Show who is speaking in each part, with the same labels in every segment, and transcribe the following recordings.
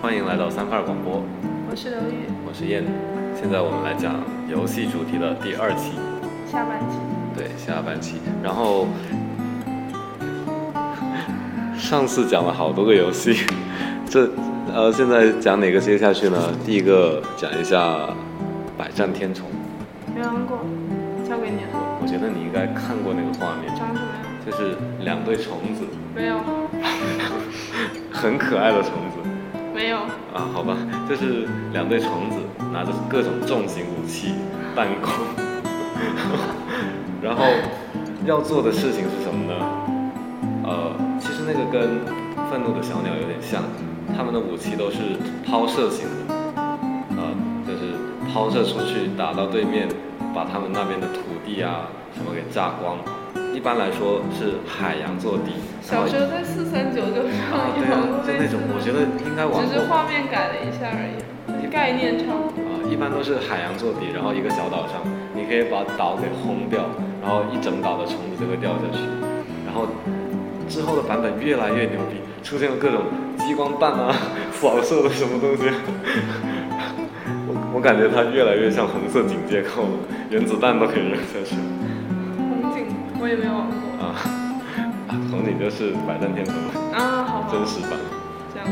Speaker 1: 欢迎来到三块广播，
Speaker 2: 我是刘玉，
Speaker 1: 我是燕。现在我们来讲游戏主题的第二期，
Speaker 2: 下半集。
Speaker 1: 对下半期。然后 上次讲了好多个游戏， 这呃现在讲哪个接下去呢？第一个讲一下《百战天虫》，
Speaker 2: 没玩过，交给你了。
Speaker 1: 我我觉得你应该看过那个画面，
Speaker 2: 长什么样？
Speaker 1: 就是两对虫子，
Speaker 2: 没有，
Speaker 1: 很可爱的虫子。
Speaker 2: 没有，
Speaker 1: 啊，好吧，就是两对虫子拿着各种重型武器、弹弓， 然后要做的事情是什么呢？呃，其实那个跟愤怒的小鸟有点像，他们的武器都是抛射型的，呃，就是抛射出去打到对面，把他们那边的土地啊什么给炸光。一般来说是海洋坐地，然
Speaker 2: 小
Speaker 1: 后
Speaker 2: 时候在四三九就
Speaker 1: 啊
Speaker 2: 上有
Speaker 1: 对啊
Speaker 2: 玩过，
Speaker 1: 就那种，我觉得应该玩
Speaker 2: 只
Speaker 1: 过
Speaker 2: 是。画面改了一下而已，概念差不多。
Speaker 1: 啊，一般都是海洋做底，然后一个小岛上，你可以把岛给轰掉，然后一整岛的虫子就会掉下去。然后之后的版本越来越牛逼，出现了各种激光弹啊、 扫射的什么东西。我我感觉它越来越像红色警戒扣了，原子弹都可以扔下去
Speaker 2: 红警我也没有玩过
Speaker 1: 啊！啊，红警就是百战天虫的
Speaker 2: 啊，好吧，
Speaker 1: 真实版。
Speaker 2: 这样，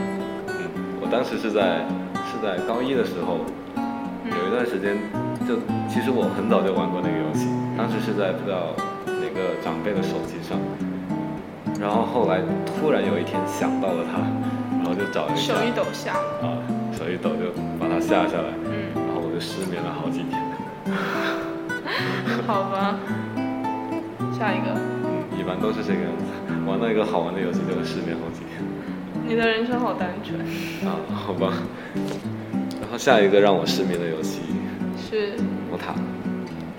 Speaker 1: 嗯，我当时是在是在高一的时候，
Speaker 2: 嗯
Speaker 1: 有一段时间就其实我很早就玩过那个游戏，当时是在不知道哪个长辈的手机上，然后后来突然有一天想到了它，然后就找了一下
Speaker 2: 手一抖下，
Speaker 1: 啊，手一抖就把它下下来，
Speaker 2: 嗯，
Speaker 1: 然后我就失眠了好几天。
Speaker 2: 好吧，下一个，
Speaker 1: 嗯，一般都是这个样子，玩到一个好玩的游戏就会失眠好几天。
Speaker 2: 你的人生好单纯，
Speaker 1: 啊，好吧。然后下一个让我失眠的游戏，
Speaker 2: 是
Speaker 1: 魔塔。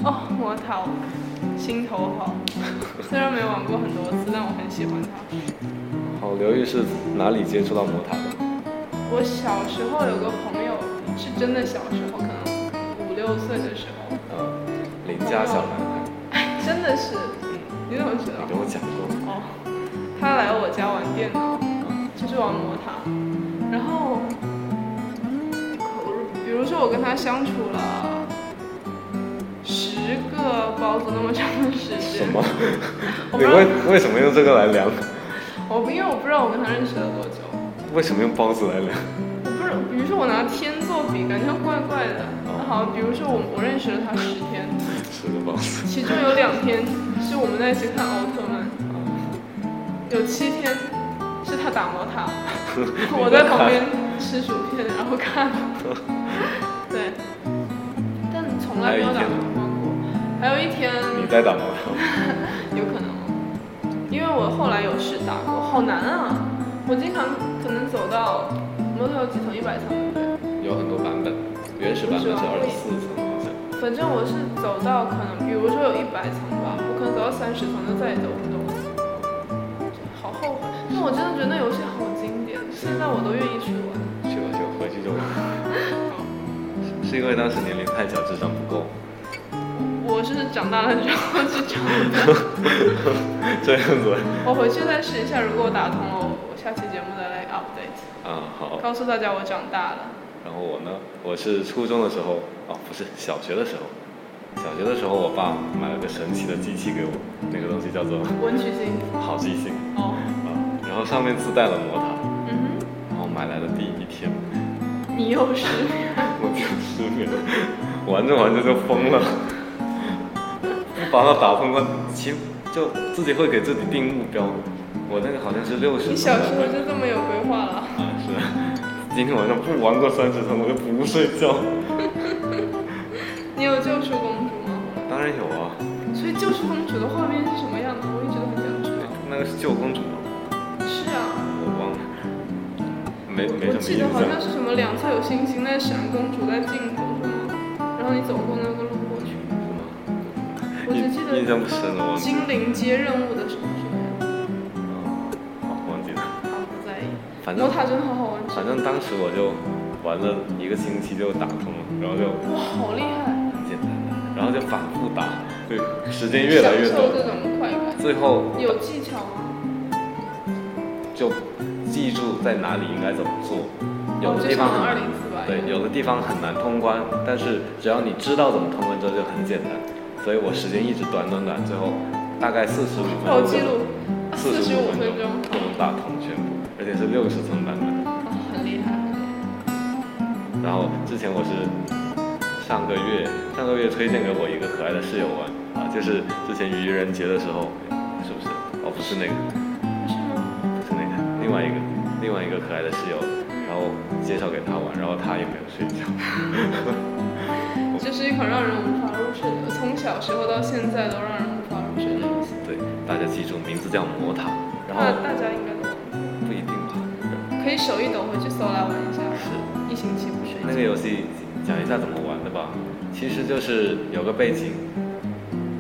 Speaker 2: 哦，魔桃，心头好，虽然没玩过很多次，但我很喜欢它。
Speaker 1: 好，刘玉是哪里接触到魔塔的？
Speaker 2: 我小时候有个朋友，是真的小时候，可能五六岁的时候，
Speaker 1: 呃，邻家小男孩。
Speaker 2: 真的是，你怎么知
Speaker 1: 你
Speaker 2: 道？
Speaker 1: 跟我讲过。
Speaker 2: 哦，他来我家玩电脑，就是玩魔塔，然后，比如说我跟他相处了十个包子那么长的时
Speaker 1: 什
Speaker 2: 间，
Speaker 1: 么？
Speaker 2: 我不
Speaker 1: 你
Speaker 2: 知道
Speaker 1: 为为什么用这个来量？
Speaker 2: 我不因为我不知道我跟他认识了多久，
Speaker 1: 为什么用包子来量？
Speaker 2: 我不是，比如说我拿天作比，感觉怪怪的。
Speaker 1: 哦
Speaker 2: 那好，比如说我我认识了他十天，
Speaker 1: 吃的包子。
Speaker 2: 其中有两天是我们在一起看奥特曼，有七天是他打魔 塔， 我在旁边吃薯片，然后看。对，但从来没有打过过。还有一天
Speaker 1: 你在打魔塔？
Speaker 2: 有可能哦，因为我后来有试打过，好难啊！我经常可能走到摩托有几层，一百层对不对？
Speaker 1: 有很多版本，原始版本是二十四层好像。
Speaker 2: 反正我是走到可能，比如说有一百层吧，我可能走到三十层就再也走不动了，好后悔。但我真的觉得那游戏好经典，现在我都愿意去玩。
Speaker 1: 去吧去吧，回去就玩。是是因为当时年龄太小，智商不够，
Speaker 2: 我是长大了之后去找的，
Speaker 1: 这样子。
Speaker 2: 我回去再试一下，如果我打通了，我我下期节目再来 update，
Speaker 1: 啊，好。
Speaker 2: 告诉大家我长大了。
Speaker 1: 然后我呢，我是初中的时候，哦，不是小学的时候，小学的时候，我爸买了个神奇的机器给我，那个东西叫做
Speaker 2: 文曲星，
Speaker 1: 好记性
Speaker 2: 哦，
Speaker 1: 啊，然后上面自带了魔塔，
Speaker 2: 嗯
Speaker 1: 然后买来的第一天，
Speaker 2: 哼，你又 是，
Speaker 1: 我就失眠，玩着玩着就疯了，不把它打通关，其实就自己会给自己定目标，我那个好像是六十，
Speaker 2: 你小时候就这么有规划了？
Speaker 1: 啊，是啊，今天晚上不玩过三十层我就不睡觉，
Speaker 2: 你有救赎公主吗？
Speaker 1: 当然有啊，
Speaker 2: 所以救赎公主的画面是什么样的？我一直都很想知道。
Speaker 1: 那个是救公主吗？
Speaker 2: 是啊，
Speaker 1: 我忘了，没没什么啊
Speaker 2: 我记
Speaker 1: 印
Speaker 2: 得好
Speaker 1: 象。
Speaker 2: 像是什么两侧有星星在闪，公主在镜头是吗？然后你走过那个路过去，我只
Speaker 1: 印
Speaker 2: 记
Speaker 1: 印
Speaker 2: 得
Speaker 1: 象不深了，忘记了，
Speaker 2: 精灵接任务的时候是那样，
Speaker 1: 哦忘记了。
Speaker 2: 好不在意。
Speaker 1: 反
Speaker 2: 魔
Speaker 1: 正
Speaker 2: 塔真的好好玩，
Speaker 1: 反正当时我就玩了一个星期就打通了，然后就
Speaker 2: 哇，好厉害！
Speaker 1: 很简单，然后就反复打，对，时间越来越
Speaker 2: 享受
Speaker 1: 短，
Speaker 2: 这种快感，
Speaker 1: 最后
Speaker 2: 有技巧吗？
Speaker 1: 就记住在哪里应该怎么做，有
Speaker 2: 哦
Speaker 1: 的地方很
Speaker 2: 二
Speaker 1: 难
Speaker 2: 零四吧，
Speaker 1: 对，有的地方很难通关，但是只要你知道怎么通关之后就很简单。所以我时间一直短短短，最后大概四十五分钟
Speaker 2: 我哦记
Speaker 1: 就
Speaker 2: 录
Speaker 1: 四
Speaker 2: 四
Speaker 1: 十
Speaker 2: 十五
Speaker 1: 分
Speaker 2: 分
Speaker 1: 钟
Speaker 2: 钟，
Speaker 1: 就能打通全部，而且是六十层版本。
Speaker 2: 哦很厉害。
Speaker 1: 然后之前我是上个月上个月推荐给我一个可爱的室友玩啊，就是之前愚人节的时候，是不是？哦，不是那个，
Speaker 2: 不是吗？
Speaker 1: 不是那个，另外一个另外一个可爱的室友，然后介绍给他玩，然后他也没有睡觉。
Speaker 2: 这是一款让人无法入睡的，从小时候到现在都让人无法入睡的游戏。
Speaker 1: 对，大家记住名字叫魔塔，然
Speaker 2: 那
Speaker 1: 后
Speaker 2: 大家应该都玩过
Speaker 1: 不一定吧，
Speaker 2: 可以手一抖回去搜来玩一下，
Speaker 1: 是
Speaker 2: 一星期不睡
Speaker 1: 那
Speaker 2: 觉。
Speaker 1: 个游戏讲一下怎么玩的吧。其实就是有个背景，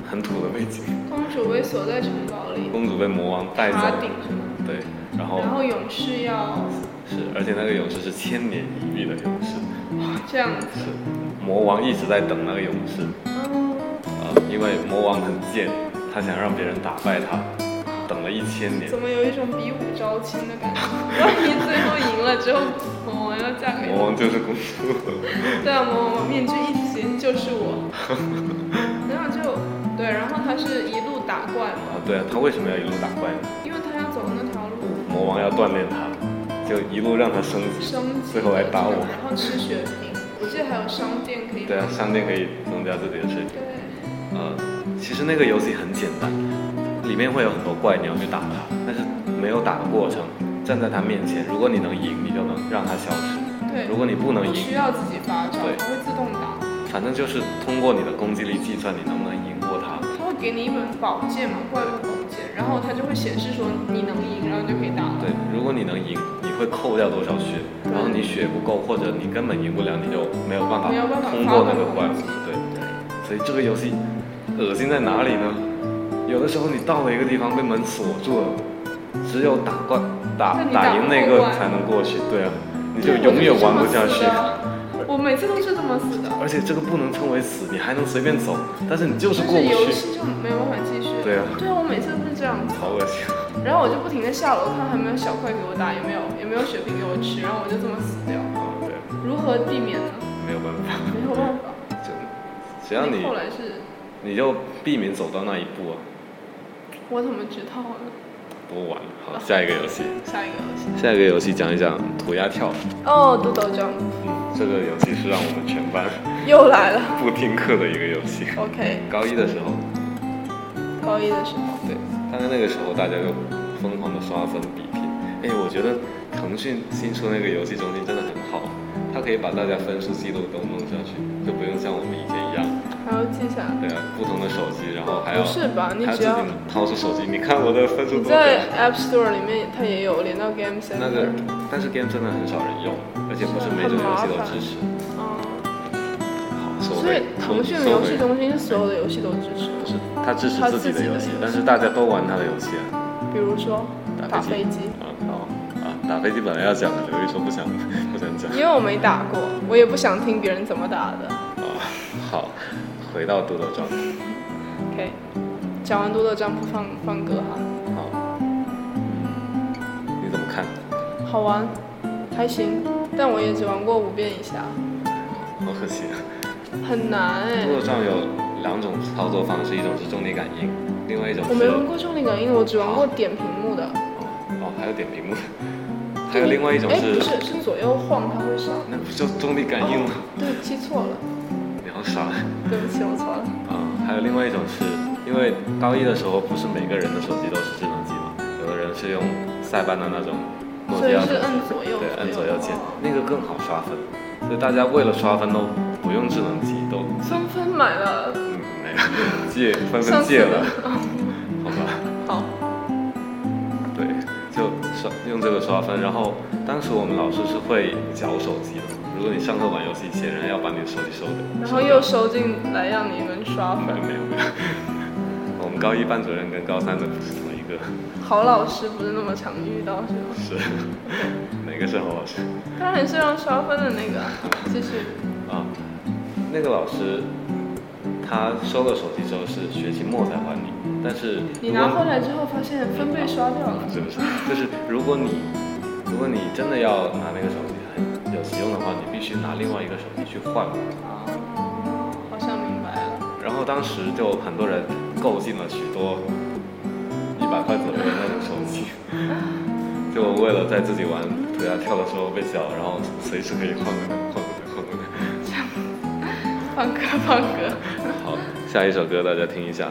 Speaker 1: 很土的背景，
Speaker 2: 公主被锁在城堡里，
Speaker 1: 公主被魔王带走，
Speaker 2: 塔顶是吗？
Speaker 1: 对，然后
Speaker 2: 然后勇士要
Speaker 1: 是，而且那个勇士是千年一遇的勇士，
Speaker 2: 这样子，
Speaker 1: 是魔王一直在等那个勇士，
Speaker 2: 嗯，
Speaker 1: 啊、因为魔王很贱，他想让别人打败他，等了一千年，
Speaker 2: 怎么有一种比武招亲的感觉？万一最后赢了之后，魔王要嫁给
Speaker 1: 魔
Speaker 2: 你，
Speaker 1: 王就是公主，
Speaker 2: 对啊，魔王面具一掀就是我，然后就对，然后他是一路打怪
Speaker 1: 啊
Speaker 2: 嘛，，
Speaker 1: 对啊，他为什么要一路打怪呢？
Speaker 2: 因为他要走那条路
Speaker 1: 魔王要锻炼他，就一路让他升级，
Speaker 2: 升级，
Speaker 1: 最后来打我
Speaker 2: 然后吃血瓶，我记得还有商店可以
Speaker 1: 对啊，
Speaker 2: 买，
Speaker 1: 商店可以增加自己的水平。
Speaker 2: 对，
Speaker 1: 呃，其实那个游戏很简单，里面会有很多怪，你要去打它，但是没有打的过程，站在他面前，如果你能赢，你就能让他消失；
Speaker 2: 对，
Speaker 1: 如果你不能
Speaker 2: 不
Speaker 1: 赢
Speaker 2: 需，要自己发招
Speaker 1: 对，
Speaker 2: 它会自动打，
Speaker 1: 反正就是通过你的攻击力计算你能不能赢过他。
Speaker 2: 它会给你一本宝剑嘛，怪物宝剑，然后它就会显示说你能赢，然后你就可以打了。
Speaker 1: 对，如果你能赢，你会扣掉多少血？然后你血不够，或者你根本赢不了，你就没有办法
Speaker 2: 没有办法
Speaker 1: 通过那个
Speaker 2: 发动
Speaker 1: 怪物
Speaker 2: 攻击。
Speaker 1: 对，
Speaker 2: 对，
Speaker 1: 所以这个游戏恶心在哪里呢？有的时候你到了一个地方被门锁住了，只有打怪打
Speaker 2: 那你打
Speaker 1: 打
Speaker 2: 不
Speaker 1: 赢那
Speaker 2: 过
Speaker 1: 个
Speaker 2: 怪
Speaker 1: 才能过去，对啊，你就永远玩不下去。
Speaker 2: 我每次都是这么死的，
Speaker 1: 而且这个不能称为死，你还能随便走，但是你就是
Speaker 2: 但
Speaker 1: 过
Speaker 2: 是
Speaker 1: 不
Speaker 2: 游
Speaker 1: 去，
Speaker 2: 戏就没有办法继续。
Speaker 1: 对啊
Speaker 2: 我每次都是这样子，
Speaker 1: 好恶心。
Speaker 2: 然后我就不停的下楼看还有没有小怪给我打，有没有有没有血瓶给我吃，然后我就这么死掉。
Speaker 1: 啊，对，
Speaker 2: 如何避免呢？
Speaker 1: 没有办法，
Speaker 2: 没有办 法。
Speaker 1: 就只要你
Speaker 2: 后来是，
Speaker 1: 你就避免走到那一步啊，
Speaker 2: 我怎么知道呢？
Speaker 1: 多玩。
Speaker 2: 哦
Speaker 1: 好，下一个游戏，
Speaker 2: 下一个游戏
Speaker 1: 下一个游戏讲一讲涂鸦跳。
Speaker 2: 哦，豆豆酱
Speaker 1: 嗯，这个游戏是让我们全班
Speaker 2: 又来了。
Speaker 1: 不听课的一个游戏。
Speaker 2: OK，
Speaker 1: 高一的时候，
Speaker 2: 高一的时候，
Speaker 1: 对，大概那个时候大家就疯狂的刷分比拼。哎，我觉得腾讯新出那个游戏中心真的很好，它可以把大家分数记录都弄上去，就不用像我们以前一样，
Speaker 2: 还要记下来。
Speaker 1: 对啊，不同的手机，然后还要
Speaker 2: 不是吧？你
Speaker 1: 还要
Speaker 2: 只
Speaker 1: 自
Speaker 2: 要
Speaker 1: 己掏出手机，你看我的分数
Speaker 2: 你
Speaker 1: 多少？
Speaker 2: 在 App Store 里面，它也有连到 Game Center。
Speaker 1: 那个，但是 game 真的很少人用，而且不是每种游戏都支持。
Speaker 2: 嗯，
Speaker 1: 好，收
Speaker 2: 所以
Speaker 1: 回。
Speaker 2: 腾讯的
Speaker 1: 收
Speaker 2: 游
Speaker 1: 回
Speaker 2: 戏中心是所有的游戏都支持
Speaker 1: 是它支持
Speaker 2: 它
Speaker 1: 自己
Speaker 2: 自
Speaker 1: 的
Speaker 2: 己的
Speaker 1: 游戏
Speaker 2: 游戏，
Speaker 1: 但是大家都玩它的游戏啊。
Speaker 2: 的，比如说
Speaker 1: 打
Speaker 2: 打
Speaker 1: 飞
Speaker 2: 飞机，
Speaker 1: 啊，哦，啊，打飞机本来要讲的，刘毅说不想，不想讲。
Speaker 2: 因为我没打过，我也不想听别人怎么打的。
Speaker 1: 啊，好，回到豆豆庄。
Speaker 2: OK，讲完多乐占卜放放歌哈，
Speaker 1: 好，嗯，你怎么看？
Speaker 2: 好玩，还行，但我也只玩过五遍以下，
Speaker 1: 好可惜，啊
Speaker 2: 很难哎、
Speaker 1: 豆豆庄有两种操作方式，一种是重力感应，另外一种
Speaker 2: 我
Speaker 1: 是
Speaker 2: 没玩过重力感应，我只玩过点屏幕的。
Speaker 1: 哦，还有点屏幕，还有另外一种
Speaker 2: 哎，
Speaker 1: 是
Speaker 2: 不，是，是左右晃它会上。
Speaker 1: 那不就重力感应吗？
Speaker 2: 对，记错了，
Speaker 1: 你好傻。
Speaker 2: 对不起，我错了。
Speaker 1: 嗯，还有另外一种是，因为高一的时候不是每个人的手机都是智能机嘛，有的人是用塞班的那种诺
Speaker 2: 所
Speaker 1: 基
Speaker 2: 以
Speaker 1: 亚手机，
Speaker 2: 是摁左右，
Speaker 1: 对，按左右键
Speaker 2: 哦，
Speaker 1: 那个更好刷分，所以大家为了刷分都不用智能机，都
Speaker 2: 纷纷买了，
Speaker 1: 嗯没有借纷纷
Speaker 2: 上次
Speaker 1: 借
Speaker 2: 的
Speaker 1: 了， 好吧，
Speaker 2: 好，
Speaker 1: 对，就刷用这个刷分，然后当时我们老师是会缴手机的，如果你上课玩游戏，显然要把你的手机收的，
Speaker 2: 然后又收进来让你们刷
Speaker 1: 没有
Speaker 2: 分。
Speaker 1: 没有没有， 我们高一班主任跟高三的不是同一个。
Speaker 2: 好老师不是那么常遇到是吗？
Speaker 1: 是，哪个是侯老师？
Speaker 2: 当然是让刷分的那个啊。继续，
Speaker 1: 啊，那个老师，他收了手机之后是学期末才还你，但是
Speaker 2: 你
Speaker 1: 如
Speaker 2: 拿
Speaker 1: 果
Speaker 2: 回来之后发现分被刷掉了，
Speaker 1: 是不是？就是如果你如果你真的要拿那个手机，有急用的话，你必须拿另外一个手机去换。
Speaker 2: 啊，好像明白了。
Speaker 1: 然后当时就很多人购进了许多一百块左右的那种手机， 就为了在自己玩腿啊跳的时候被笑，然后随时可以换个换个换个
Speaker 2: 放歌， 放歌。
Speaker 1: 好，下一首歌大家听一下。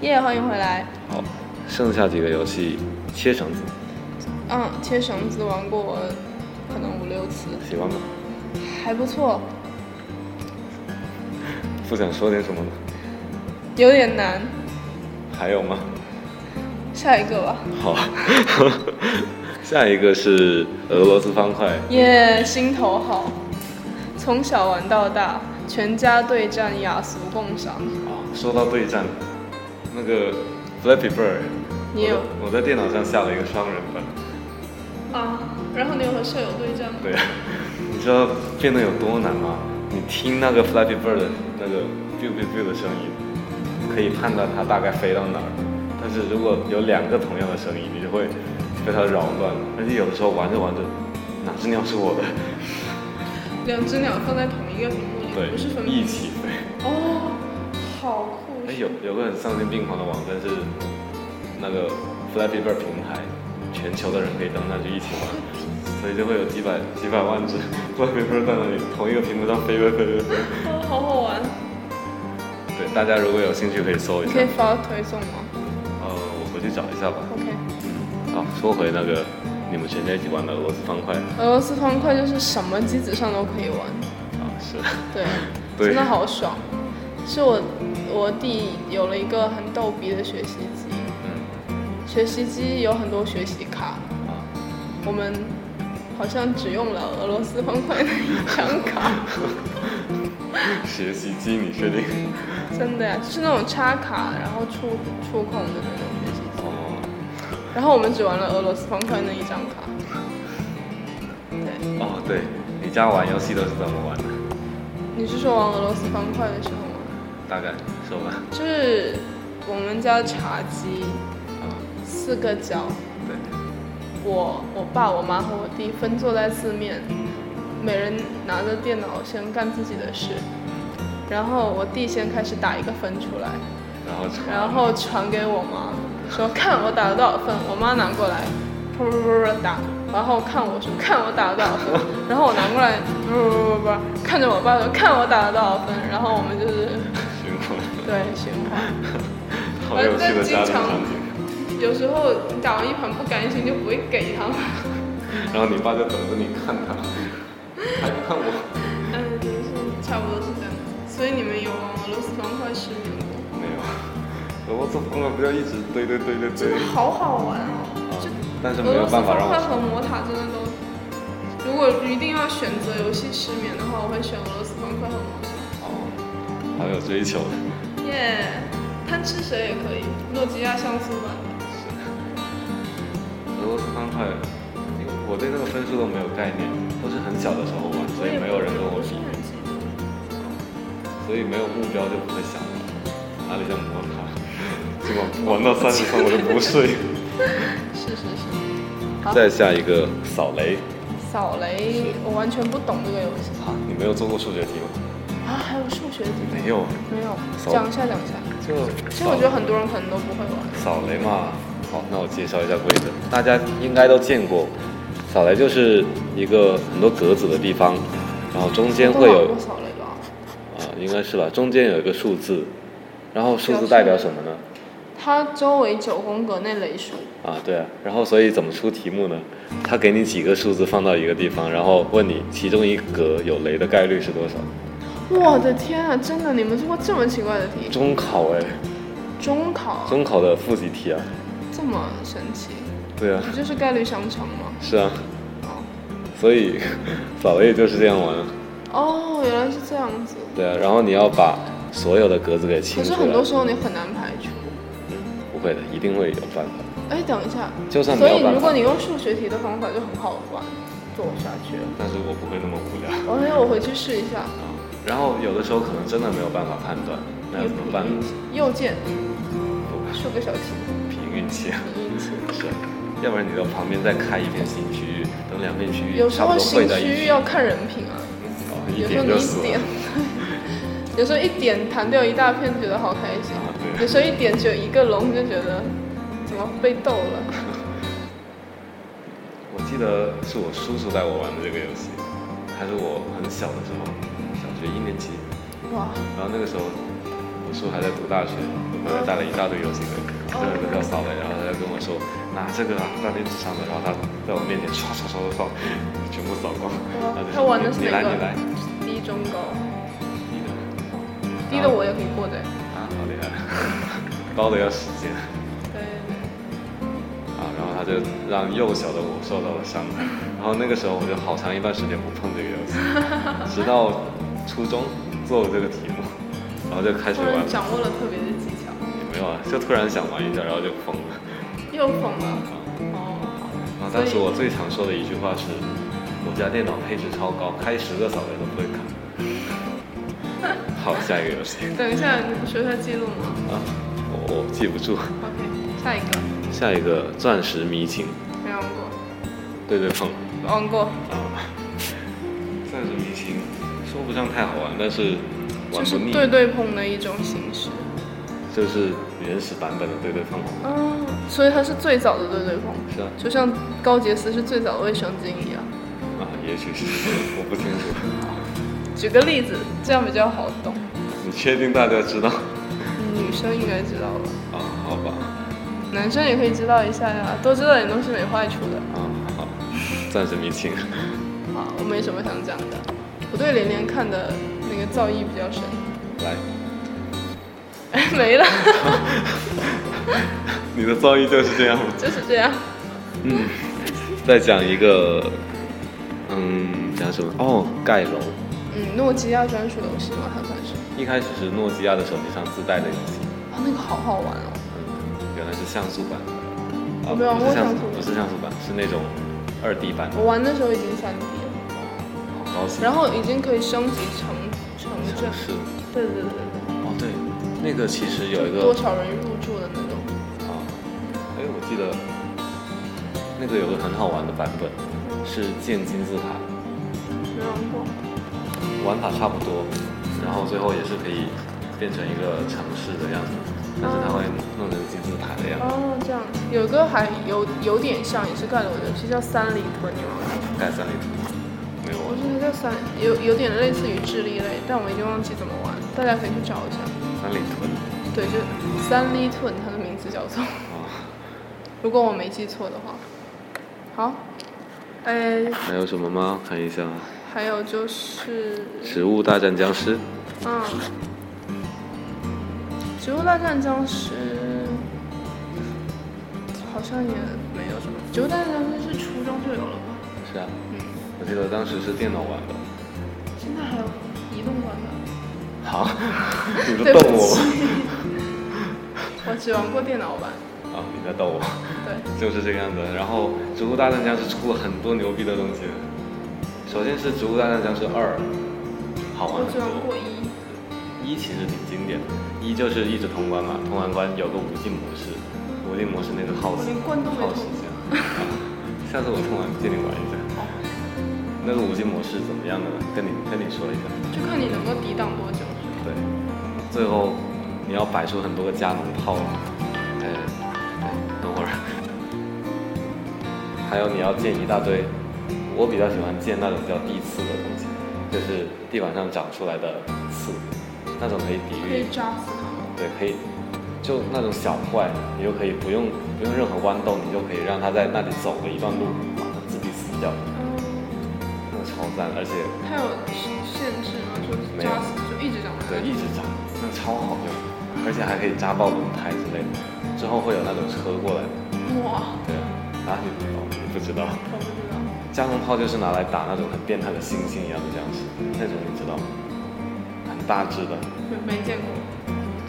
Speaker 2: 耶、欢迎回来。
Speaker 1: 好，剩下几个游戏，切绳子，
Speaker 2: 嗯，切绳子玩过可能五六次，
Speaker 1: 喜欢吗？
Speaker 2: 还不错，
Speaker 1: 不想说点什么呢？
Speaker 2: 有点难。
Speaker 1: 还有吗？
Speaker 2: 下一个吧。
Speaker 1: 好， 下一个是俄罗斯方块，啊
Speaker 2: 耶、心头好。从小玩到大，全家对战雅俗共赏。
Speaker 1: 啊，说到对战，那个 Flappy Bird，
Speaker 2: 你也有
Speaker 1: 我在电脑上下了一个双人本，
Speaker 2: 啊？然后你有和舍友对战吗？
Speaker 1: 对， 你知道变得有多难吗？你听那个 Flappy Bird 的那个 biu biu biu 的声音，可以判断它大概飞到哪儿，但是如果有两个同样的声音，你就会被它扰乱，而且有的时候玩着玩着，哪只鸟是我的？
Speaker 2: 两只鸟放在同一个屏幕里，
Speaker 1: 对
Speaker 2: 不是分，
Speaker 1: 一
Speaker 2: 屏。
Speaker 1: 起飞。
Speaker 2: 哦，好酷
Speaker 1: 哎，！有有个很丧心病狂的网站是那个 Flappy Bird 平台，全球的人可以登上去一起玩，所以就会有几百几百万只 Flappy Bird 在那里同一个屏幕上飞飞飞飞飞。
Speaker 2: 哦，好好玩。
Speaker 1: 对，大家如果有兴趣可以搜一
Speaker 2: 你
Speaker 1: 下
Speaker 2: 可以。发推送吗
Speaker 1: 呃，我回去找一下吧。
Speaker 2: ？OK。
Speaker 1: 好，说回那个你们全家一起玩的俄罗斯方块
Speaker 2: 俄罗斯方块就是什么机子上都可以玩，
Speaker 1: 啊，是，
Speaker 2: 对，
Speaker 1: 对
Speaker 2: 真的好爽。是我我弟有了一个很逗逼的学习机，
Speaker 1: 嗯
Speaker 2: 学习机有很多学习卡，
Speaker 1: 啊，
Speaker 2: 我们好像只用了俄罗斯方块那一张卡，
Speaker 1: 学习机你确定？
Speaker 2: 嗯真的呀，就是那种插卡然后触触控的那种学习机。
Speaker 1: 哦，
Speaker 2: 然后我们只玩了俄罗斯方块那一张卡。对，
Speaker 1: 哦，对，你家玩游戏都是怎么玩的？
Speaker 2: 你是说玩俄罗斯方块的时候吗？
Speaker 1: 大概说吧。
Speaker 2: 就是我们家茶几呃
Speaker 1: 啊，
Speaker 2: 四个角，
Speaker 1: 对，
Speaker 2: 我、我爸、我妈和我弟分坐在四面，每人拿着电脑先干自己的事，然后我弟先开始打一个分出来，
Speaker 1: 然后传
Speaker 2: 然后传给我妈，说看我打了多少分，我妈拿过来，噗噗噗噗打，然后看我说看我打了多少分，然后我拿过来，噗噗噗噗噗，看着我爸说看我打了多少分，然后我们就是
Speaker 1: 循环。
Speaker 2: 对循环。
Speaker 1: 好有趣的家庭场景。
Speaker 2: 有时候你打完一盘不甘心就不会给他们，
Speaker 1: 然后你爸就等着你看他，还看我。
Speaker 2: 嗯，就是差不多是这样子。所以你们有玩俄罗斯方块失眠过？
Speaker 1: 没有，俄罗斯方块不要一直堆堆堆堆
Speaker 2: 真
Speaker 1: 堆
Speaker 2: 的。好好玩哦！
Speaker 1: 啊
Speaker 2: 就
Speaker 1: 但是没
Speaker 2: 俄
Speaker 1: 有
Speaker 2: 罗斯
Speaker 1: 办
Speaker 2: 方
Speaker 1: 法让
Speaker 2: 块
Speaker 1: 我。
Speaker 2: 和魔塔真的都，如果一定要选择游戏失眠的话，我会选俄罗斯方块和魔塔。
Speaker 1: 哦，好有追求。
Speaker 2: 耶、贪吃蛇也可以，诺基亚像素版的。
Speaker 1: 俄罗斯方块，因为我对那个分数都没有概念，都是很小的时候玩，所以没有人跟我比，
Speaker 2: 很记得。
Speaker 1: 所以没有目标就不会想了。哪里像魔 卡？今晚玩到三十分我就不睡。
Speaker 2: 是是是。好，
Speaker 1: 再下一个扫雷
Speaker 2: 扫雷，我完全不懂这个游戏
Speaker 1: 啊！你没有做过数学题吗？
Speaker 2: 啊，还有数学题
Speaker 1: 没有，
Speaker 2: 没有
Speaker 1: 扫
Speaker 2: 讲一下讲一下。
Speaker 1: 就
Speaker 2: 其实我觉得很多人可能都不会玩，
Speaker 1: 扫雷嘛，好，那我介绍一下规则，大家应该都见过，扫雷就是一个很多格子的地方，然后中间会有
Speaker 3: 多少了吧？
Speaker 1: 啊、应该是吧，中间有一个数字，然后数字代表什么呢？
Speaker 3: 它周围九宫格内雷数，
Speaker 1: 啊，对啊，然后所以怎么出题目呢？他给你几个数字放到一个地方，然后问你其中一格有雷的概率是多少？
Speaker 2: 我的天啊，真的，你们做过这么奇怪的题？
Speaker 1: 中考哎，
Speaker 2: 中考
Speaker 1: 中考的复习题啊，
Speaker 2: 这么神奇，
Speaker 1: 对啊，
Speaker 2: 不就是概率相乘吗？
Speaker 1: 是啊，所以 扫雷就是这样玩啊，
Speaker 2: 哦，原来是这样子。
Speaker 1: 对啊，然后你要把所有的格子给
Speaker 2: 可
Speaker 1: 清
Speaker 2: 是
Speaker 1: 出
Speaker 2: 很多
Speaker 1: 来，嗯
Speaker 2: 时候你很难排除。
Speaker 1: 不会的，一定会有办法，
Speaker 2: 哎，等一下，
Speaker 1: 就算没
Speaker 2: 所
Speaker 1: 有
Speaker 2: 以
Speaker 1: 办
Speaker 2: 如
Speaker 1: 法
Speaker 2: 果，你用数学题的方法就很好玩，做不下去了。
Speaker 1: 但是我不会那么无聊。
Speaker 2: 我没有，我回去试一下。
Speaker 1: 然后有的时候可能真的没有办法判断，那有什么办法？
Speaker 2: 右键
Speaker 1: 不
Speaker 2: 竖个小题，
Speaker 1: 凭运气啊，
Speaker 2: 你一起。
Speaker 1: 是，要不然你到旁边再开一片新区域，等两片区域
Speaker 2: 有时
Speaker 1: 差不
Speaker 2: 候
Speaker 1: 多汇
Speaker 2: 新
Speaker 1: 在一
Speaker 2: 区域
Speaker 1: 起，
Speaker 2: 要看人品啊，
Speaker 1: 哦，一
Speaker 2: 有时
Speaker 1: 点
Speaker 2: 候你
Speaker 1: 就死
Speaker 2: 一点
Speaker 1: 了。，
Speaker 2: 有时候一点弹掉一大片，觉得好开心；
Speaker 1: 啊，对
Speaker 2: 有，时候一点只有一个龙，就觉得怎么被逗了。
Speaker 1: 我记得是我叔叔带我玩的这个游戏，还是我很小的时候，小学一年级，
Speaker 2: 哇，
Speaker 1: 然后那个时候我叔还在读大学，我回来带了一大堆游戏盒，这个都叫扫雷，然后他就跟我说拿这个啊，锻炼智商的，然后他在我面前刷刷刷刷刷，全部扫光，然后就
Speaker 2: 他玩的
Speaker 1: 说
Speaker 2: 是
Speaker 1: 你来
Speaker 2: 哪个
Speaker 1: 你来，
Speaker 2: 低中高，
Speaker 1: 你的嗯
Speaker 2: 低的我也可以过的。
Speaker 1: 啊，好厉害，高的要时间
Speaker 2: 对
Speaker 1: 啊，然后他就让幼小的我受到了伤害，然后那个时候我就好长一段时间不碰这个游戏，直到初中做了这个题目，然后就开始
Speaker 2: 突
Speaker 1: 玩
Speaker 2: 然
Speaker 1: 了，
Speaker 2: 掌握了特别的技巧，
Speaker 1: 没有啊，就突然想玩一下，然后就疯了。
Speaker 2: 又疯了。
Speaker 1: 啊
Speaker 2: 哦，好
Speaker 1: 啊，当时我最常说的一句话是，我家电脑配置超高，开十个扫雷都不会卡。好，下一个游戏
Speaker 2: 等一下，你不说一下记录吗
Speaker 1: 啊，我我记不住。
Speaker 2: ？OK，下一个
Speaker 1: 下一个钻石迷情，
Speaker 2: 没玩过，
Speaker 1: 对对碰
Speaker 2: 玩过，
Speaker 1: 啊，钻石迷情说不上太好玩，但是玩
Speaker 2: 就
Speaker 1: 不
Speaker 2: 是
Speaker 1: 腻，
Speaker 2: 对对碰的一种形式。
Speaker 1: 就是原始版本的对对碰。
Speaker 2: 嗯，所以它是最早的对对碰，
Speaker 1: 是啊，
Speaker 2: 就像高洁丝是最早的卫生巾一样。
Speaker 1: 啊，也许是，我不清楚。
Speaker 2: 举个例子，这样比较好懂，
Speaker 1: 你确定大家知道？
Speaker 2: 女生应该知道吧？
Speaker 1: 啊，好吧。
Speaker 2: 男生也可以知道一下呀，多知道点东西没坏处的。
Speaker 1: 啊，好，钻石迷情。
Speaker 2: 好，我没什么想讲的，我对连连看的那个造诣比较深，
Speaker 1: 来，
Speaker 2: 哎，没了，
Speaker 1: 你的造诣就是这样吗？
Speaker 2: 就是这样。
Speaker 1: 再讲一个，嗯，讲什么？哦，盖楼。
Speaker 2: 嗯，诺基亚专属游戏嘛，它算是。
Speaker 1: 一开始是诺基亚的手机上自带的游戏，
Speaker 2: 啊，那个好好玩哦。
Speaker 1: 嗯，原来是像素版的。啊
Speaker 2: 我没玩
Speaker 1: 不
Speaker 2: 过
Speaker 1: 是像
Speaker 2: 像素版
Speaker 1: 不是像素版，是那种二 D 版的，
Speaker 2: 我玩的时候已经三 D 了，
Speaker 1: 好高级。
Speaker 2: 然后已经可以升级成城镇
Speaker 1: 城。市。
Speaker 2: 对对对对
Speaker 1: 哦，对，那个其实有一
Speaker 2: 对，
Speaker 1: 个
Speaker 2: 就多少人入住的那种。
Speaker 1: 啊，哎，我记得那个有个很好玩的版本，是建金字塔。
Speaker 2: 没玩过。
Speaker 1: 玩法差不多，然后最后也是可以变成一个城市的样子，但是它会弄成金字塔的样子，
Speaker 2: 哦，这样子。有个还有有点像，也是盖楼的游戏，叫三里屯，你玩过吗？
Speaker 1: 盖三里屯。没有
Speaker 2: 我
Speaker 1: 玩
Speaker 2: 记得叫三，有有点类似于智力类，但我已经忘记怎么玩，大家可以去找一下。
Speaker 1: 三里屯
Speaker 2: 对，就三里屯，它的名字叫做，
Speaker 1: 啊，
Speaker 2: 如果我没记错的话。好，哎，
Speaker 1: 还有什么吗？看一下，
Speaker 2: 还有就是，
Speaker 1: 《植物大战僵尸》
Speaker 2: 嗯，《植物大战僵尸》好像也没有什么，《植物大战僵尸》是初中就有了吧？
Speaker 1: 是啊，
Speaker 2: 嗯，
Speaker 1: 我记得当时是电脑玩的。
Speaker 2: 现在还有移动版的。
Speaker 1: 好， 你在
Speaker 2: 对
Speaker 1: 逗
Speaker 2: 不
Speaker 1: 我
Speaker 2: 起，我只玩过电脑版。
Speaker 1: 啊，你在逗我，
Speaker 2: 对，
Speaker 1: 就是这个样子。然后《植物大战僵尸》出了很多牛逼的东西，首先是《植物大战僵尸二》，好玩
Speaker 2: 我
Speaker 1: 很
Speaker 2: 只玩
Speaker 1: 多。
Speaker 2: 过一。
Speaker 1: 一其实挺经典的，一就是一直通关嘛，通完关有个无尽模式，无尽模式那个耗
Speaker 2: 我
Speaker 1: 时
Speaker 2: 连关都没
Speaker 1: 耗时
Speaker 2: 通
Speaker 1: 间。啊下次我通完借你玩一下。那个无尽模式怎么样呢？跟你跟你说一下。
Speaker 2: 就看你能够抵挡多久。是吗
Speaker 1: 对，啊最后你要摆出很多个加农炮。哎，哎等会儿，还有你要建一大堆，我比较喜欢建那种叫地刺的东西，就是地板上长出来的刺，那种可以抵
Speaker 2: 可
Speaker 1: 御
Speaker 2: 以抓死它吗？
Speaker 1: 对，可以，就那种小怪，你就可以不用不用任何弯动，你就可以让它在那里走了一段路，马上自己死掉，
Speaker 2: 嗯，
Speaker 1: 那个超赞，而且
Speaker 2: 它有限制吗？就
Speaker 1: 没有
Speaker 2: 抓死就一直长不
Speaker 1: 对
Speaker 2: 大
Speaker 1: 一直长，那个超好用，而且还可以扎爆轮胎之类的，之后会有那种车过来，
Speaker 2: 哇，
Speaker 1: 对啊，啊你不知道，你不知道，
Speaker 2: 我不知道。
Speaker 1: 加农炮就是拿来打那种很变态的猩猩一样的僵尸，那种你知道吗？很大只的，
Speaker 2: 没没见过，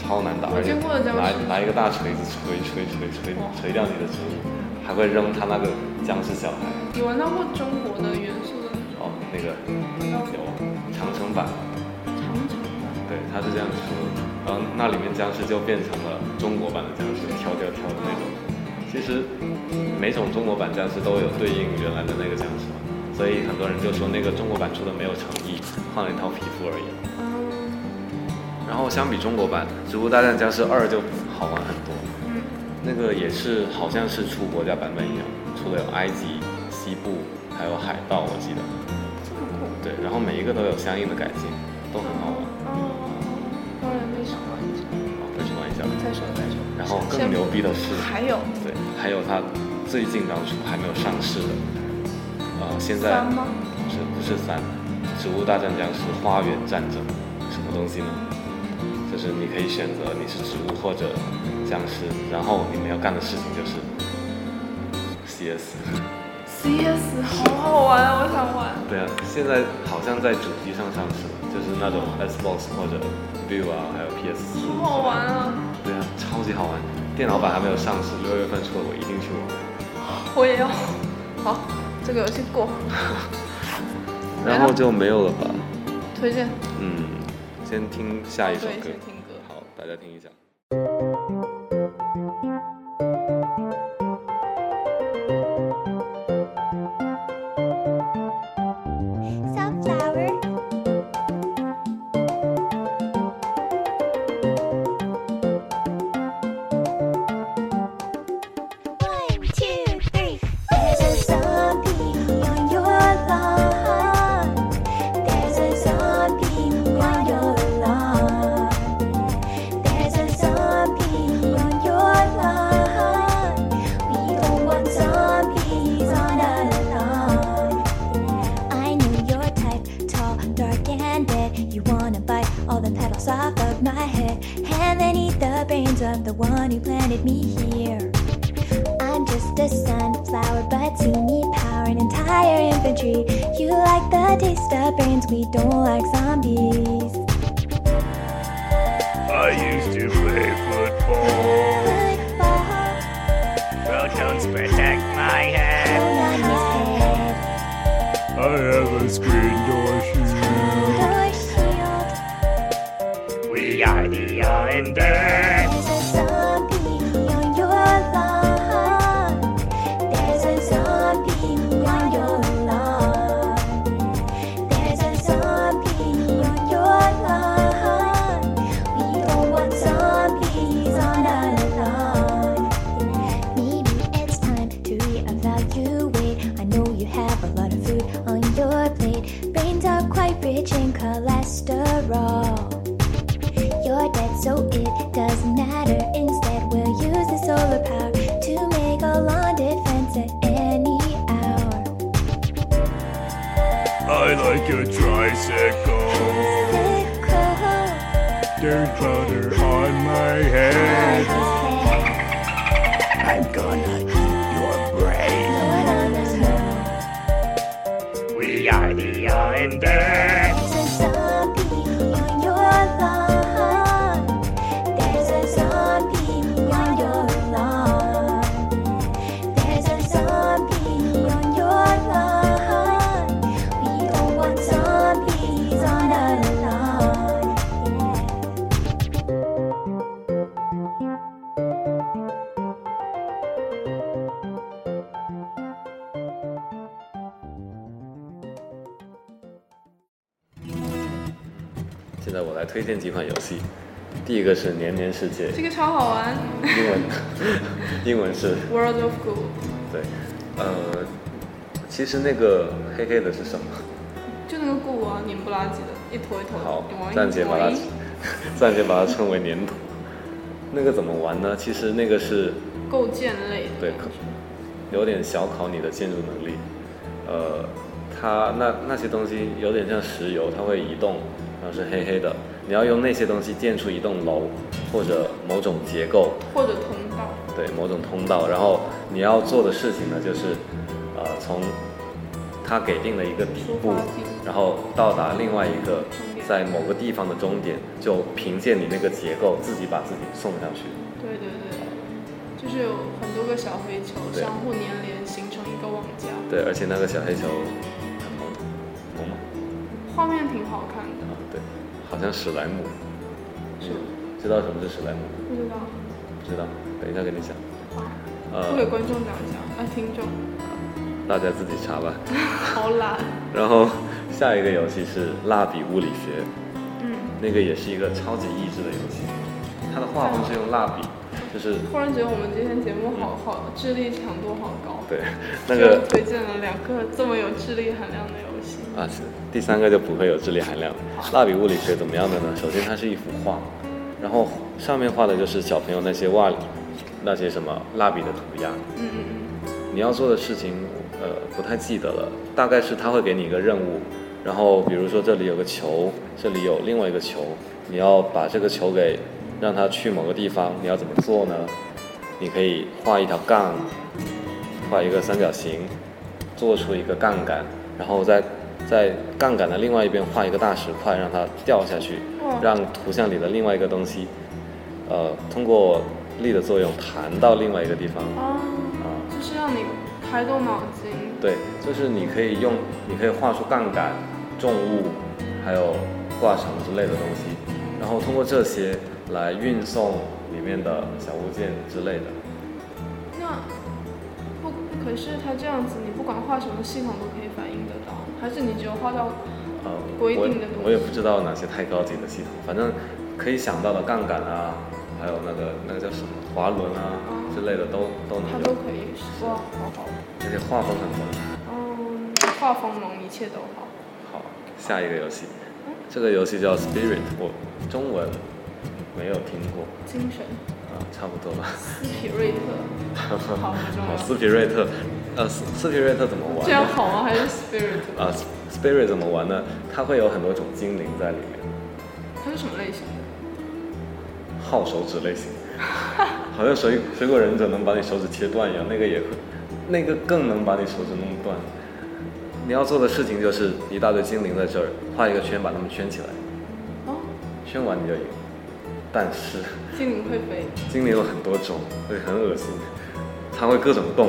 Speaker 1: 超难打，
Speaker 2: 我
Speaker 1: 而且
Speaker 2: 见过的僵
Speaker 1: 拿
Speaker 2: 尸
Speaker 1: 拿一个大锤子锤锤锤锤
Speaker 2: 哇
Speaker 1: 锤掉你的植物，还会扔他那个僵尸小孩。
Speaker 2: 你玩到过中国的元素的那
Speaker 1: 哦，那个
Speaker 2: 种
Speaker 1: 有长城版，
Speaker 2: 长城的？
Speaker 1: 对，他是这样说的。然后那里面僵尸就变成了中国版的僵尸，跳跳跳的那种。其实每种中国版僵尸都有对应原来的那个僵尸嘛，所以很多人就说那个中国版出的没有诚意，换了一套皮肤而已。然后相比中国版《植物大战僵尸二》就好玩很多，
Speaker 2: 嗯，
Speaker 1: 那个也是好像是出国家版本一样，出了有埃及、西部还有海盗，我记得。
Speaker 2: 这么酷。
Speaker 1: 对，然后每一个都有相应的改进，都很好玩。
Speaker 2: 哦，当然没想过你
Speaker 1: 啊，再去玩一下。
Speaker 2: 再说再说。
Speaker 1: 然后更牛逼的是，
Speaker 2: 还有
Speaker 1: 对，还有它最近刚出还没有上市的，呃，现在
Speaker 2: 三吗？
Speaker 1: 不是不是三，《植物大战僵尸：花园战争》，什么东西呢？就是你可以选择你是植物或者僵尸，然后你们要干的事情就是 CS。
Speaker 2: CS 好好玩啊，我想玩。
Speaker 1: 对啊，现在好像在主机上上市了，就是那种 Xbox 或者 View 啊，还有 PS 4
Speaker 2: 好好玩啊！
Speaker 1: 对啊，超级好玩。电脑版还没有上市，六月份出了，我一定去玩。
Speaker 2: 我也要。好，这个游戏过，
Speaker 1: 然后就没有了吧？
Speaker 3: 推荐
Speaker 1: 嗯，先听下一首
Speaker 2: 对，
Speaker 1: 歌
Speaker 2: 先。听歌。
Speaker 1: 好，大家听一下。
Speaker 4: Sunflower. One, two, three. There's a zombie on your lawn. There's a zombie on your lawn. There's a zombie on your lawn. We don't want zombies on our lawn. I know your type, tall, dark, and dead. You wanna bite all the petals off of my head, and then eat the brains of the one who planted me here. I'm just a sunflower, but you need power and entire infantry. You like the taste of brains, we don't like zombies.
Speaker 5: I used to play football.
Speaker 4: Football,
Speaker 5: Protons protect my head.
Speaker 4: hold on his head,
Speaker 5: I have a screen door shoe.
Speaker 4: your shield.
Speaker 5: We are the Islanders.
Speaker 4: There's a zombie on your lawn. There's a zombie on your lawn. There's a zombie on your lawn. We don't want zombies on our lawn. Maybe it's time to reevaluate. I know you have a lot of food on your plate. Brains are quite rich in cholesterol. You're dead, so it doesn't matter. Instead, we'll use the solar power to make a lawn defense at any hour.
Speaker 5: I like your tricycle.
Speaker 4: Sick crow,
Speaker 5: Dirt powder on my head.
Speaker 4: his head,
Speaker 5: I'm gonna eat your brain.
Speaker 4: Lord on the snow.
Speaker 5: We are the Islanders.
Speaker 4: There's a zombie on your lawn. There's a zombie on your lawn. There's a zombie on your lawn. We don't want zombies on our lawn.
Speaker 1: 现在我来推荐几款游戏。第一个是《年年世界》，
Speaker 2: 这个超好玩
Speaker 1: 英文，英文是
Speaker 2: ，World of Goo。
Speaker 1: 对，呃，其实那个黑黑的是什么？
Speaker 2: 就那个固啊，黏不拉几的，一坨一坨
Speaker 1: 好
Speaker 2: 的，往，一
Speaker 1: 暂且把它
Speaker 2: 往一
Speaker 1: 暂且把它称为粘土。那个怎么玩呢？其实那个是
Speaker 3: 构建类的。
Speaker 1: 对，可有点小考你的建筑能力。呃，它那那些东西有点像石油，它会移动，然后是黑黑的。你要用那些东西建出一栋楼或者某种结构，
Speaker 2: 或者通道，
Speaker 1: 对某种通道，然后你要做的事情呢，就是，呃，从它给定的一个底部
Speaker 2: 出发地，
Speaker 1: 然后到达另外一个
Speaker 2: 终点
Speaker 1: 在某个地方的终点，就凭借你那个结构自己把自己送上去。
Speaker 2: 对对对，就是有很多个小黑球
Speaker 1: 对
Speaker 2: 相互粘连，形成一个网架，
Speaker 1: 对，而且那个小黑球很萌，萌吗？
Speaker 2: 画面挺好看的，
Speaker 1: 啊，对，好像史莱姆。嗯
Speaker 2: 是吗
Speaker 1: 知道什么是史莱姆吗？
Speaker 2: 不知道，
Speaker 1: 不知道，等一下跟你讲。
Speaker 2: 不给
Speaker 1: 呃，
Speaker 2: 观众讲一下，啊，听众，
Speaker 1: 大家自己查吧。
Speaker 2: 好懒，
Speaker 1: 然后下一个游戏是蜡笔物理学，
Speaker 2: 嗯，
Speaker 1: 那个也是一个超级益智的游戏，它的画风是用蜡笔，就是
Speaker 2: 突然觉得我们今天节目好好，智力强度好高，
Speaker 1: 对那个
Speaker 2: 就推荐了两个这么有智力含量的游戏，
Speaker 1: 啊是第三个就不会有智力含量。蜡笔物理学怎么样的呢？首先它是一幅画，然后上面画的就是小朋友那些画里那些什么蜡笔的涂鸦，
Speaker 2: 嗯嗯
Speaker 1: 你要做的事情，呃，不太记得了。大概是他会给你一个任务，然后比如说这里有个球，这里有另外一个球，你要把这个球给让它去某个地方，你要怎么做呢？你可以画一条杠，画一个三角形，做出一个杠杆，然后再在杠杆的另外一边画一个大石块，让它掉下去，
Speaker 2: 哇
Speaker 1: 让图像里的另外一个东西，呃，通过力的作用弹到另外一个地方
Speaker 2: 嗯，啊。
Speaker 1: 啊。
Speaker 2: 就是让你开动脑筋，
Speaker 1: 对，就是你可以用，你可以画出杠杆、重物，还有挂绳之类的东西，然后通过这些来运送里面的小物件之类的。
Speaker 2: 那不可是它这样子，你不管画什么系统都可以反应得到，还是你只有画到
Speaker 1: 呃，
Speaker 2: 规
Speaker 1: 我
Speaker 2: 定的东西
Speaker 1: 我也不知道哪些太高级的系统，反正可以想到的杠杆啊，还有那个那个叫什么滑轮啊
Speaker 2: 哦
Speaker 1: 之类的都都
Speaker 2: 它
Speaker 1: 能
Speaker 2: 都
Speaker 1: 用，
Speaker 2: 可以是哇，好好，
Speaker 1: 而且画风很萌。
Speaker 2: 嗯，画风萌，一切都好。
Speaker 1: 好，下一个游戏，
Speaker 2: 嗯
Speaker 1: 这个游戏叫 Spirit，我中文没有听过
Speaker 2: 精神，
Speaker 1: 啊、差不多吧。
Speaker 2: 斯皮 瑞特，好不重
Speaker 1: 哦，
Speaker 2: 要。
Speaker 1: 斯皮瑞特，呃，斯斯皮瑞特怎么玩
Speaker 2: 这样
Speaker 1: 呢？
Speaker 2: 好吗？还是 spirit？
Speaker 1: 啊，s-，Spirit 怎么玩呢？它会有很多种精灵在里面，
Speaker 2: 它是什么类型的？
Speaker 1: 耗手指类 型，好像水水果忍者能把你手指切断一样，那个也会，那个更能把你手指弄断。你要做的事情就是一大堆精灵在这儿画一个圈，把它们圈起来，
Speaker 2: 哦，
Speaker 1: 圈完你就赢。但是
Speaker 2: 精灵会飞，
Speaker 1: 精灵有很多种，而且很恶心，它会各种动，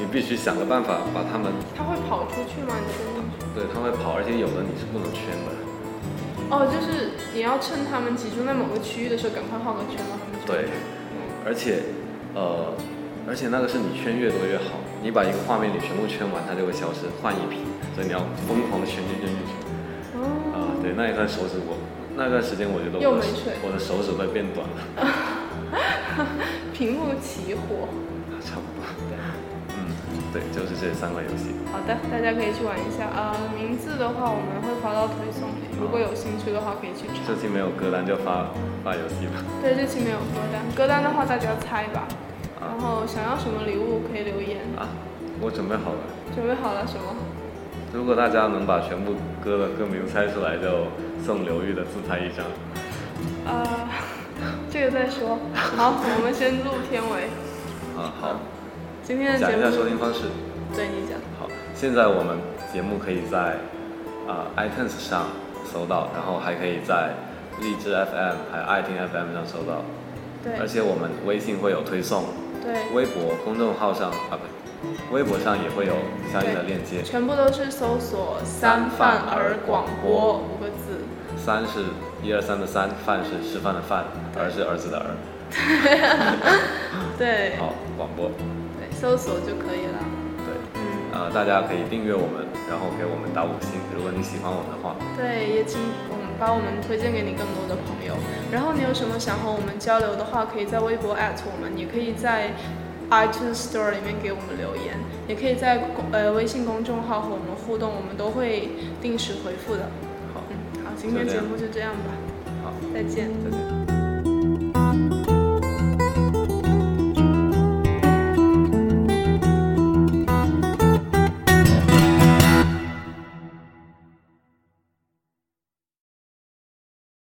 Speaker 1: 你必须想个办法把它们，
Speaker 2: 它会跑出去吗？你说进去。
Speaker 1: 对，它会跑，而且有的你是不能圈的。
Speaker 2: 哦，就是你要趁它们集中在某个区域的时候，赶快画个圈，让它们就
Speaker 1: 对，而且，呃，而且那个是你圈越多越好，你把一个画面里全部圈完，它就会消失，换一批，所以你要疯狂的圈圈圈圈圈。
Speaker 2: 哦，
Speaker 1: 啊、对，那一段手指我，那段时间我觉得
Speaker 2: 又
Speaker 1: 我的
Speaker 2: 没水
Speaker 1: 我的手指在变短了，
Speaker 2: 屏幕起火。
Speaker 1: 差不多。嗯，对，就是这三款游戏。
Speaker 2: 好的，大家可以去玩一下。呃，名字的话我们会发到推送里，如果有兴趣的话可以去查
Speaker 1: 这。期没有歌单就发发游戏吧。
Speaker 2: 对，这期没有歌单，歌单的话大家猜吧。
Speaker 1: 啊
Speaker 2: 嗯然后想要什么礼物可以留言。
Speaker 1: 啊，我准备好了。
Speaker 2: 准备好了什么？
Speaker 1: 如果大家能把全部歌的歌名猜出来，就送刘玉的自拍一张。
Speaker 2: 呃， 这个再说。好，我们先录片尾。
Speaker 1: 啊，好，
Speaker 2: 今天的
Speaker 1: 讲
Speaker 2: 节
Speaker 1: 一下收听
Speaker 2: 目，
Speaker 1: 方式。
Speaker 2: 对你讲。
Speaker 1: 好，现在我们节目可以在啊、iTunes 上搜到，然后还可以在荔枝 FM 还有爱听 FM 上搜到，而
Speaker 2: 对
Speaker 1: 且我们微信会有推送，
Speaker 2: 对，
Speaker 1: 微博公众号上啊不，微博上也会有相应的链接。
Speaker 2: 全部都是搜索“三饭儿广播”五个字。
Speaker 1: 三是一二三的三，饭是吃饭的饭，儿是儿子的儿。
Speaker 2: 对
Speaker 1: 好，广播，
Speaker 2: 对，搜索就可以了。
Speaker 1: 对，
Speaker 2: 嗯。
Speaker 1: 呃，大家可以订阅我们，然后给我们打五星，如果你喜欢我们的话。
Speaker 2: 对，也请我们把我们推荐给你更多的朋友。然后你有什么想和我们交流的话，可以在微博艾特我们，也可以在 iTunes Store 里面给我们留言，也可以在公呃微信公众号和我们互动，我们都会定时回复的。
Speaker 1: 好，
Speaker 2: 嗯，好，今天
Speaker 1: 就这
Speaker 2: 节
Speaker 1: 样
Speaker 2: 目就这样吧，
Speaker 1: 好，
Speaker 2: 再见。
Speaker 1: 再见。